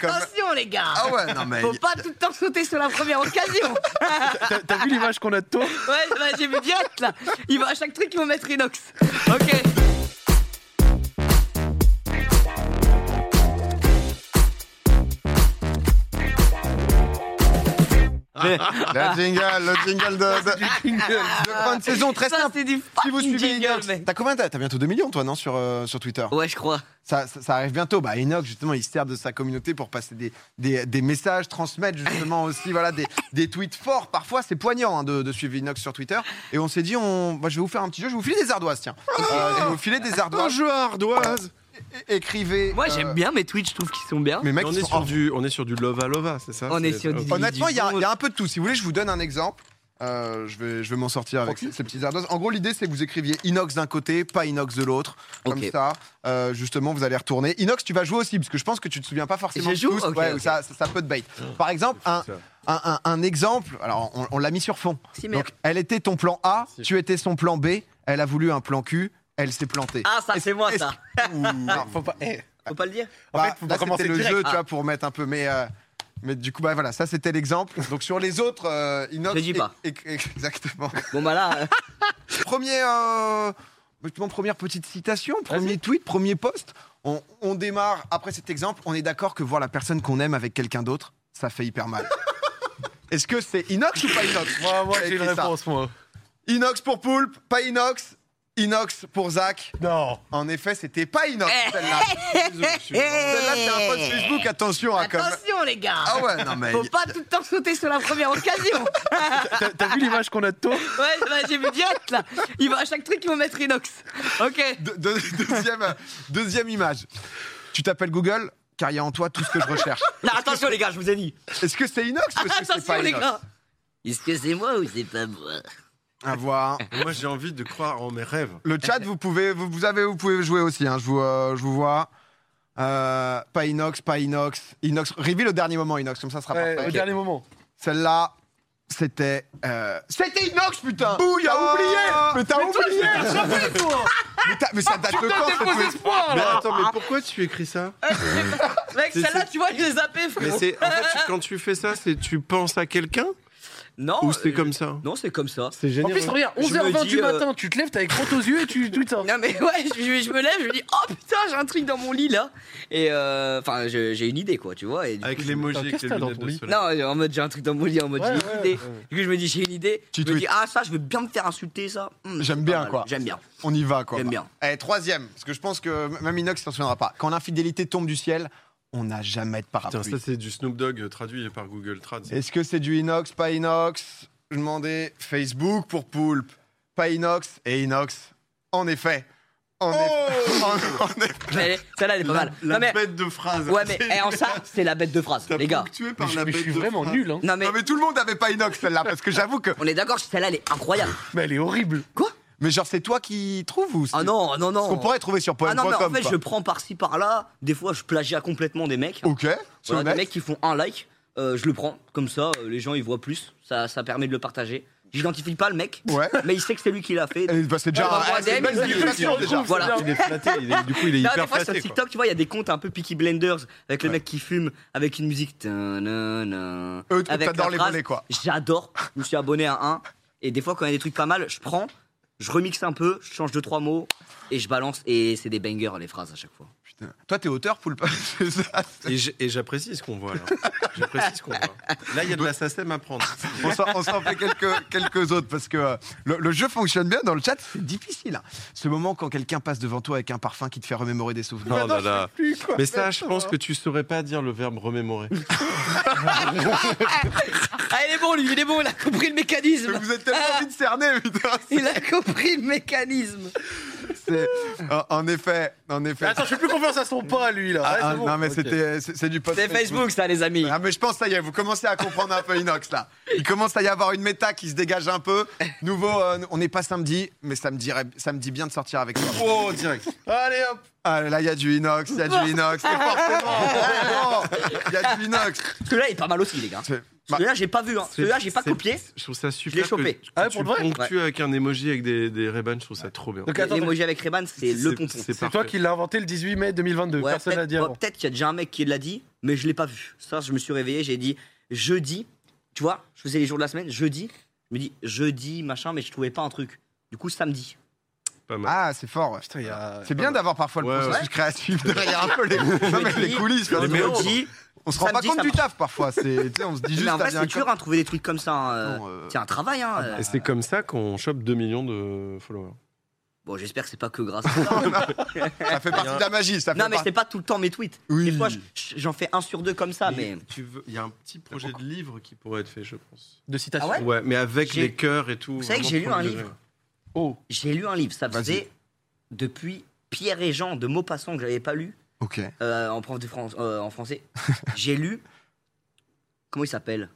comme. Attention, les gars Ah ouais, non mais. Faut pas tout le temps sauter sur la première occasion T'as- T'as vu l'image qu'on a de toi Ouais, bah, j'ai vu direct, là Il va à chaque truc, il va mettre inox Ok Le jingle, le jingle de, de, de fin de saison, très Ça, simple. c'est du Si vous fucking suivez jingle, Inox, mec t'as combien T'as t'as bientôt 2 millions, toi, non, sur, euh, sur Twitter Ouais, je crois. ça, ça, ça arrive bientôt. Bah, Enoch, justement, il se sert de sa communauté pour passer des, des, des messages, transmettre justement aussi voilà, des, des tweets forts. Parfois, c'est poignant hein, de, de suivre Enoch sur Twitter. Et on s'est dit, on... bah, je vais vous faire un petit jeu, je vais vous filer des ardoises, tiens. Euh, je vais vous filer des Un ardoises. jeu à ardoise É- Écrivez. Moi, euh, j'aime bien mes tweets, je trouve qu'ils sont bien. Mais mec, on, ils est sont sur hors- du, on est sur du Lova Lova, c'est ça On est C'est- sur du- Honnêtement, il y, a- du- il y a un peu de tout. Si vous voulez, je vous donne un exemple. Euh, je vais, je vais m'en sortir avec Proxy ces, ces petites ardoises. En gros, l'idée, c'est que vous écriviez Inox d'un côté, pas Inox de l'autre. Comme Ok. ça, euh, justement, vous allez retourner. Inox, tu vas jouer aussi, parce que je pense que tu te souviens pas forcément Je de joue tous. Ok, Ouais, ok. Ça, ça, ça peut te bait. Par exemple, un, ça. un, un- un exemple, alors on, on l'a mis sur fond. Si, merde. Donc, elle était ton plan A, tu étais son plan B, elle a voulu un plan Q, elle s'est plantée. Ah, ça, c'est moi, est-ce- ça Non, Faut pas. eh, Faut pas le dire en bah, fait, faut là, pas commencer c'était le direct. Ah. jeu, tu vois, pour mettre un peu. Mais, euh, mais du coup, bah voilà, ça c'était l'exemple. Donc sur les autres, euh, Inox. Je dis pas. é- é- exactement. Bon, bah là, euh, Premier. euh, justement, première petite citation, premier tweet, premier post. On, on démarre après cet exemple. On est d'accord que voir la personne qu'on aime avec quelqu'un d'autre, ça fait hyper mal. Est-ce que c'est Inox ou pas Inox Moi, moi, J'ai j'ai une écrit ça. réponse, moi. Inox pour Poulpe, pas Inox. Inox pour Zach. Non. En effet, c'était pas Inox Eh. celle-là. Celle-là, c'est un post Facebook. Attention à comme. attention, les gars Ah ouais, non mais. Faut pas tout le temps sauter sur la première occasion T'as t'as vu l'image qu'on a de toi Ouais, bah, j'ai vu direct, là Il va à chaque truc, il va mettre inox Ok De- de- deuxième, euh, deuxième image. Tu t'appelles Google car il y a en toi tout ce que je recherche. Non, attention, les gars, je vous ai dit Est-ce que c'est Inox ou est-ce que c'est Attention, pas les Inox gars Est-ce que c'est moi ou c'est pas moi À voir. Moi, j'ai envie de croire en mes rêves. Le chat, vous pouvez, vous, vous avez, vous pouvez jouer aussi. hein, je vous, euh, je vous vois. Euh, pas Inox, pas Inox, Inox. Reveal au dernier moment Inox, comme ça ce sera Ouais, parfait. Au dernier moment. Celle-là, c'était, euh, c'était Inox, putain. T'as oublié Mais t'as oublié Mais, t'as- mais ça date de quand ce tweet Mais attends, mais pourquoi tu écris ça Mec, C'est- celle-là, c'est- tu vois, je l'ai zappé, Mais frérot c'est en fait, tu- quand tu fais ça, c'est tu penses à quelqu'un Non ou c'est euh, comme ça Non, c'est comme ça C'est En plus, regarde, Je me 11h20 dis, du euh, matin, tu te lèves, t'as écran aux yeux et tu tweets ça. Non mais ouais, je, je- je me lève, je me dis oh putain j'ai un truc dans mon lit là et euh, enfin je- j'ai une idée quoi tu vois et du Avec coup, les mots, Attends, avec qu'est-ce les que t'as dans lunettes ton de lit je- soleil. non ouais, en mode j'ai un truc dans mon lit en mode Ouais, j'ai une ouais, idée du coup je me dis j'ai une idée Tu je me dis tweets. ah ça je veux bien me faire insulter ça Hmm, J'aime c'est bien, pas mal. quoi. j'aime bien On y va quoi. j'aime bien Eh, troisième, parce que je pense que même Inox s'en souviendra pas. Quand l'infidélité tombe du ciel, on n'a jamais de Putain, parapluie. ça c'est du Snoop Dogg euh, traduit par Google Trad. Est-ce que c'est du Inox, pas Inox Je demandais Facebook pour Poulpe, pas Inox et Inox. En effet. En Oh effet. En- en effet. Mais elle est- celle-là elle est pas mal non mais bête de phrase. ouais mais eh, en ça c'est la bête de phrase les gars Ponctué Mais par je la mais je bête suis de vraiment phrase. nul, hein. non mais Non mais tout le monde n'avait pas Inox celle-là, parce que j'avoue que... on est d'accord celle-là elle est incroyable Mais elle est horrible. quoi Mais genre c'est toi qui trouves ou c'est- ah non non Parce qu'on non pourrait trouver sur ah non poème.com. mais en fait quoi. je prends par-ci par-là des fois je plagia complètement des mecs Ok, c'est Voilà, des honnête. mecs qui font un like, euh, je le prends, comme ça euh, les gens ils voient plus, ça, ça permet de le partager. J'identifie pas le mec, Ouais. mais il sait que c'est lui qui l'a fait. Eh, bah, c'est déjà Ouais, un- bah, eh, c'est une moi, belle DM, illustration, il- déjà. Voilà. Il est flatté, il est- du coup il est Non, hyper des fois sur flatté. quoi. TikTok, tu vois, il y a des comptes un peu Peaky Blenders avec le Ouais. mec qui fume avec une musique. Eux, Eux, t'adores les volets, quoi. J'adore, je me suis abonné à un. Et des fois, quand il y a des trucs pas mal, je prends, je remixe un peu, je change deux, trois mots et je balance. Et c'est des bangers les phrases à chaque fois. Putain. Toi t'es auteur Poulpe. C'est ça. Et j'- Et j'apprécie ce qu'on voit là. J'apprécie ce qu'on voit. Là, il y a de la SACEM à prendre. On s'en- on s'en fait quelques, quelques autres parce que euh, le, le jeu fonctionne bien dans le chat, c'est difficile. hein. Ce moment quand quelqu'un passe devant toi avec un parfum qui te fait remémorer des souvenirs. Oh là là. Mais ça, je pense que tu saurais pas dire le verbe remémorer. Ah, il est bon, lui, il est bon, il a compris le mécanisme. Mais Vous êtes tellement vite cerné, putain. Il a compris le mécanisme. C'est- en- En effet, en effet. Attends, je fais plus confiance à son pas, lui, là. Ah, Ouais, ah, c'est bon. non mais Ok. c'était c'est c'est du post C'est Facebook, ça, les amis. Ah mais je pense ça y est, vous commencez à comprendre un peu Inox là. Il commence à y avoir une méta qui se dégage un peu. Nouveau, euh, on n'est pas samedi, mais ça me dirait, ça me dit bien de sortir avec toi. Oh, direct. Allez hop. Ah là il y a du Inox, il y a du Inox, et forcément, vraiment, il y a du Inox. Celui-là est pas mal aussi, les gars. C'est- Celui-là, j'ai pas vu. Hein. C'est- Celui-là, j'ai pas c'est- copié. Je trouve ça l'ai super. chopé. Que, que Ah ouais, tu pour de vrai ponctues avec un emoji avec des, des Ray-Ban, je trouve ça trop bien. Donc, attends, L'emoji avec Reban, c'est le pompon. C'est C'est parfait. toi qui l'as inventé le 18 mai 2022. Ouais, Personne n'a peut-être dit ouais, avant. peut-être qu'il y a déjà un mec qui l'a dit, mais je l'ai pas vu. Ça, je me suis réveillé, j'ai dit jeudi, tu vois, je faisais les jours de la semaine, jeudi, je me dis jeudi, machin, mais je trouvais pas un truc. Du coup, samedi. Pas mal. Ah, c'est fort. ouais. Putain, il y a. C'est bien d'avoir parfois le Ouais, processus ouais. créatif derrière un peu les, non, mais les coulisses. Le parce que jeudi, on se rend pas samedi, compte ça du marche. taf parfois. C'est, tu sais, on se dit juste. mais en t'as vrai, bien c'est un dur hein, de trouver des trucs comme ça. hein. Non, euh, C'est un travail. Hein. euh. Et c'est comme ça qu'on chope 2 millions de followers. Bon, j'espère que c'est pas que grâce à ça. Ça fait partie de la magie. Ça fait non, mais partie- c'est pas tout le temps mes tweets. Oui. Des fois, je- je- j'en fais un sur deux comme ça, Ah, mais. tu veux... Il y a un petit projet de livre qui pourrait être fait, je pense. De citation. Ah ouais Ouais, mais avec J'ai- les cœurs et tout. Vous savez que vraiment j'ai lu premier un degré. livre. Oh. J'ai lu un livre, ça Vas-y. faisait depuis Pierre et Jean de Maupassant que j'avais pas lu. Ok. euh, en, prof de France, euh, en français. J'ai lu. Comment il s'appelle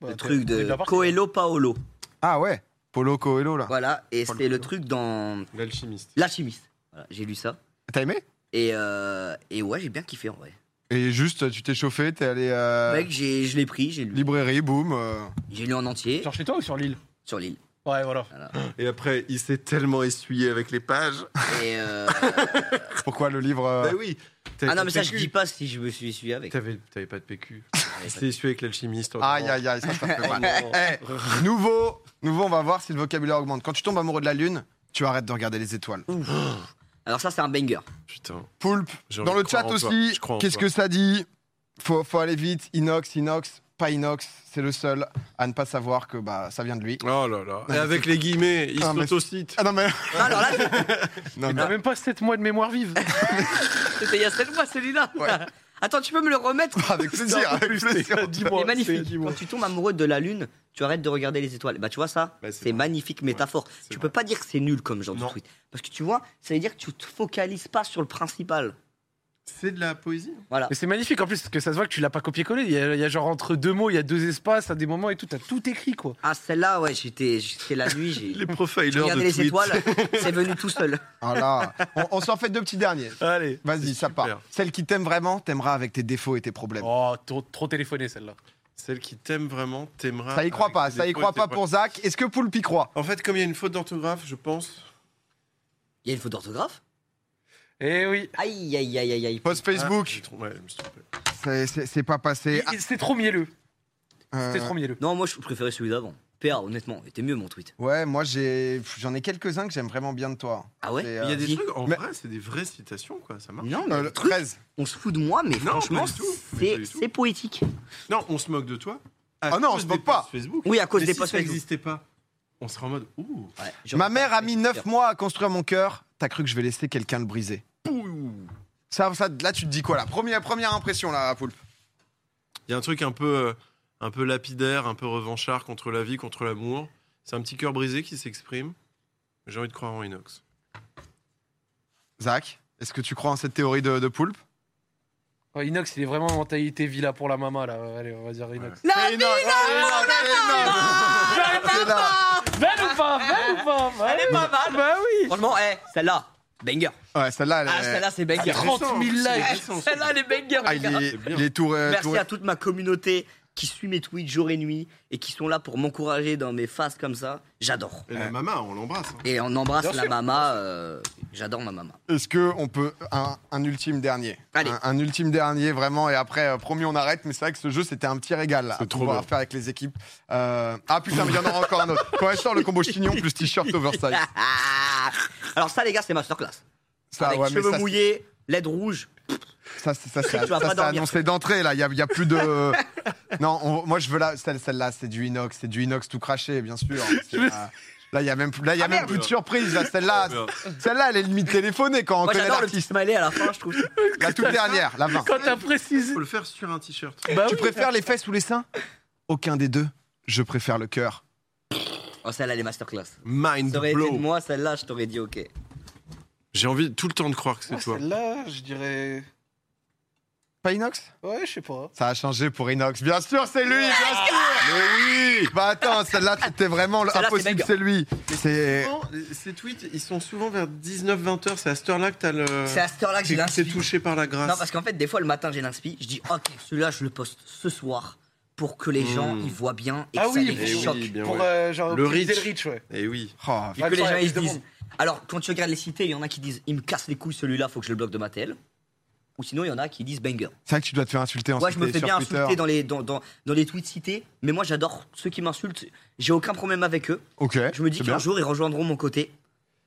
Bah, Le truc de Coelho Paolo. Ah ouais. Polo Coelho là. Voilà, et Ah, Paolo c'est le Coelho. truc dans L'alchimiste. L'Alchimiste. Voilà, j'ai lu ça. T'as aimé Et, euh, et ouais, j'ai bien kiffé en vrai. Et juste, tu t'es chauffé, t'es allé euh, Mec, j'ai- je l'ai pris, j'ai lu. librairie, boum. euh, J'ai lu en entier Genre chez toi ou sur l'île sur l'île. Ouais, voilà. Ah. Et après, il s'est tellement essuyé avec les pages. Et euh, Pourquoi le livre euh, Bah oui. ah non, mais ça, je dis pas si je me suis essuyé avec. T'avais t'avais pas de PQ. Il s'est essuyé avec l'alchimiste. en Aïe grand. aïe aïe, ça, ça fait mal. Vraiment. Eh, nouveau, nouveau, on va voir si le vocabulaire augmente. Quand tu tombes amoureux de la lune, tu arrêtes de regarder les étoiles. Alors, ça, c'est un banger. Putain. Poulpe, J'ai dans envie le de chat croire en toi. aussi, Je crois en qu'est-ce toi. que ça dit faut, faut aller vite, inox, inox, pas inox, c'est le seul à ne pas savoir que bah, ça vient de lui. Oh là là. Et avec les guillemets, il Ah, mais- s'autocite. Ah non mais... Non, alors là, Non, Il mais... a même pas 7 mois de mémoire vive. c'était il y a 7 mois, celui-là. Ouais. Attends, tu peux me le remettre Avec plaisir, avec plaisir. Dis-moi. C'est magnifique. c'est- Quand tu tombes amoureux de la lune, tu arrêtes de regarder les étoiles. Bah tu vois ça, Bah, c'est c'est vrai. magnifique métaphore. c'est tu vrai. peux pas dire que c'est nul comme genre Non. de tweet. Parce que tu vois, ça veut dire que tu te focalises pas sur le principal. C'est de la poésie. hein. Voilà. Mais c'est magnifique en plus, parce que ça se voit que tu l'as pas copié-collé. Il y, a, il y a genre entre deux mots, il y a deux espaces à des moments et tout. T'as tout écrit quoi. Ah celle-là, ouais, j'étais j'étais la nuit, j'ai Les profilers j'ai regardé de les tweets. étoiles, c'est venu tout seul. Voilà. Oh On, on s'en fait deux petits derniers. Allez. Vas-y, ça super. part. Celle qui t'aime vraiment, t'aimera avec tes défauts et tes problèmes. Oh, trop, trop téléphoné celle-là. Celle qui t'aime vraiment, t'aimera. Ça y croit avec pas, des ça y poètes croit et pas poètes. pour Zach. Est-ce que Poulpe y croit En fait, comme il y a une faute d'orthographe, je pense. Il y a une faute d'orthographe Eh oui. Aïe aïe aïe aïe aïe. Post Ah, Facebook, j'ai trompé, ouais, je me suis trompé. Ah, c'est- c'est c'est pas passé. Il- il- C'était trop mielleux. Ah, C'était euh, trop mielleux. Non, moi je préférais celui d'avant. PA, honnêtement, était mieux mon tweet. euh, Ouais, moi j'ai, pff, j'en ai quelques uns que j'aime vraiment bien de toi. Ah ouais C'est, Mais Il y a des Dis. trucs, en Mais- vrai, c'est des vraies citations, quoi, ça marche. Non, mais Euh, le le truc, 13. on se fout de moi, mais Non, franchement, pas du tout. Mais pas c'est du tout. c'est poétique. Non, on se moque de toi. à Mm. Ah non, on cause se des moque pas. posts Facebook. Oui, à cause Mais des si posts ça Facebook. n'existait pas. On serait en mode, ouh, Ouais, j'aurais Ma mère a préféré mis le 9 faire. mois à construire mon cœur. T'as cru que je vais laisser quelqu'un le briser. Ça, ça, là, tu te dis quoi là première, première impression là, Poulpe. Il y a un truc un peu, euh, un peu lapidaire, un peu revanchard contre la vie, contre l'amour. C'est un petit cœur brisé qui s'exprime. J'ai envie de croire en Inox. Zach, est-ce que tu crois en cette théorie de, de Poulpe Ouais, Oh, Inox, il est vraiment en mentalité villa pour la maman là. Allez, on va dire Inox. C'est énorme, c'est énorme, c'est énorme. Belle ou pas Belle ou pas Elle est pas mal. Bah oui Franchement, eh, celle-là, banger. Ouais, celle-là, Euh, elle Ah, est- celle-là, c'est banger. 30 000 Eh, likes Celle-là, elle est banger. Ah, les il gars. est, euh, c'est bien. il est tout, ré- tout Merci ré- à toute ma communauté qui suit mes tweets jour et nuit et qui sont là pour m'encourager dans mes phases comme ça. J'adore. Et la maman, on l'embrasse. hein. Et on embrasse Bien la sûr. mama. euh, J'adore ma mama. Est-ce que on peut un, un ultime dernier Allez. Un, un ultime dernier vraiment et après euh, promis on arrête mais c'est vrai que ce jeu c'était un petit régal là, à C'est trop pouvoir bien. faire avec les équipes. Euh, Ah putain mais il y en aura encore un autre. Quand elle sort le combo chignon plus t-shirt oversize. Alors ça, les gars, c'est masterclass. Ça Avec Ah ouais, mais cheveux ça, mouillés, LED rouge. ça c'est- ça, c'est- Tu vas ça, pas c'est dormir. annoncé d'entrée là. Il y a, il y a plus de non on- moi je veux là celle là c'est du inox c'est du inox tout craché bien sûr. C'est, euh, Là, il y a même, là, il y a Ah, même plus de surprise. Là, celle-là, celle-là, elle est limite téléphonée quand on Moi, connaît j'adore le petit l'artiste. smiley à la fin, je trouve. La toute dernière, la 20. Quand t'as précisé. Faut le faire sur un t-shirt. Bah Tu oui. préfères les fesses ou les seins Aucun des deux. Je préfère le cœur. Oh, celle-là, elle est masterclass. Mind Ça aurait été de blow. moi, celle-là, je t'aurais dit ok. J'ai envie tout le temps de croire que Oh, c'est toi. Celle-là, je dirais. Pas Inox Ouais, je sais pas. Ça a changé pour Inox. Bien sûr, c'est lui, bien sûr Mais oui Bah attends, celle-là, c'était vraiment le- Ah. Celle-là, c'est impossible, banger. c'est lui. C'est. Ces tweets, ils sont souvent vers 19-20 heures. C'est à cette heure-là que t'as le. C'est à cette heure-là que j'ai t'es- t'es l'inspi. touché par la grâce. Non, parce qu'en fait, des fois, le matin, j'ai l'inspi. Je dis, ok, celui-là, je le poste ce soir pour que les gens Mm. y voient bien et que Ah ça oui, les eh oui, choque. bien Pour ouais. euh, genre, Le optimiser reach. le reach, ouais. Et Eh oui. Et que les Oh, gens Incroyable, ils se évidemment. disent. Alors quand tu regardes les cités, il y en a qui disent il me casse les couilles celui-là, faut que je le bloque de ma télé. Ou sinon il y en a qui disent banger. C'est vrai que tu dois te faire insulter en Moi je me cité fais sur bien Twitter. insulter dans les, dans, dans, dans les tweets cités, mais moi j'adore ceux qui m'insultent, j'ai aucun problème avec eux. Ok. Je me dis c'est qu'un bien. jour ils rejoindront mon côté.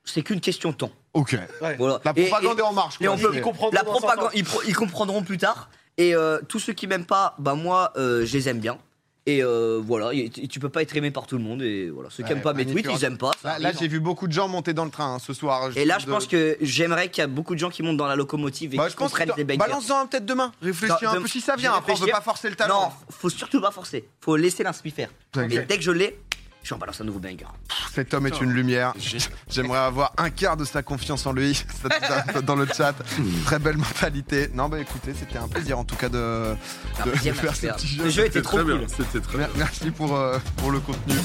C'est qu'une question de temps. Ok. Ouais. Voilà. La Et- propagande est en marche. et quoi. on peut- Mais- Ils comprendront La dans cinq propagande, ans. ils, pro- ils comprendront plus tard. Et euh, tous ceux qui m'aiment pas, bah moi, euh, je les aime bien. Et euh, voilà, et tu tu peux pas être aimé par tout le monde. Et voilà, ceux qui Ouais, aiment pas mes tweets, manipulateur. ils aiment pas. ça Là, là, arrive. j'ai vu beaucoup de gens monter dans le train hein, ce soir. et là, je de- pense que j'aimerais qu'il y a beaucoup de gens qui montent dans la locomotive et Bah, qui je pense comprennent que- les bangers. Balance-en un peut-être demain. Réfléchis Non, un de- peu si ça je vient. vais Après, on veut réfléchir. pas forcer le non, talent. faut surtout pas forcer. Faut laisser l'inspi faire. Ok. Et dès que je l'ai, je balance un nouveau banger. Cet homme est une lumière. Génial. J'aimerais avoir un quart de sa confiance en lui Ça, ça, dans le chat. Très belle mentalité. Non, bah écoutez, c'était un plaisir en tout cas de, C'est un de- de plaisir, faire ce super. petit Le jeu. jeu était C'était trop très cool. bien. C'était très bien. Mer- Merci pour, euh, pour le contenu.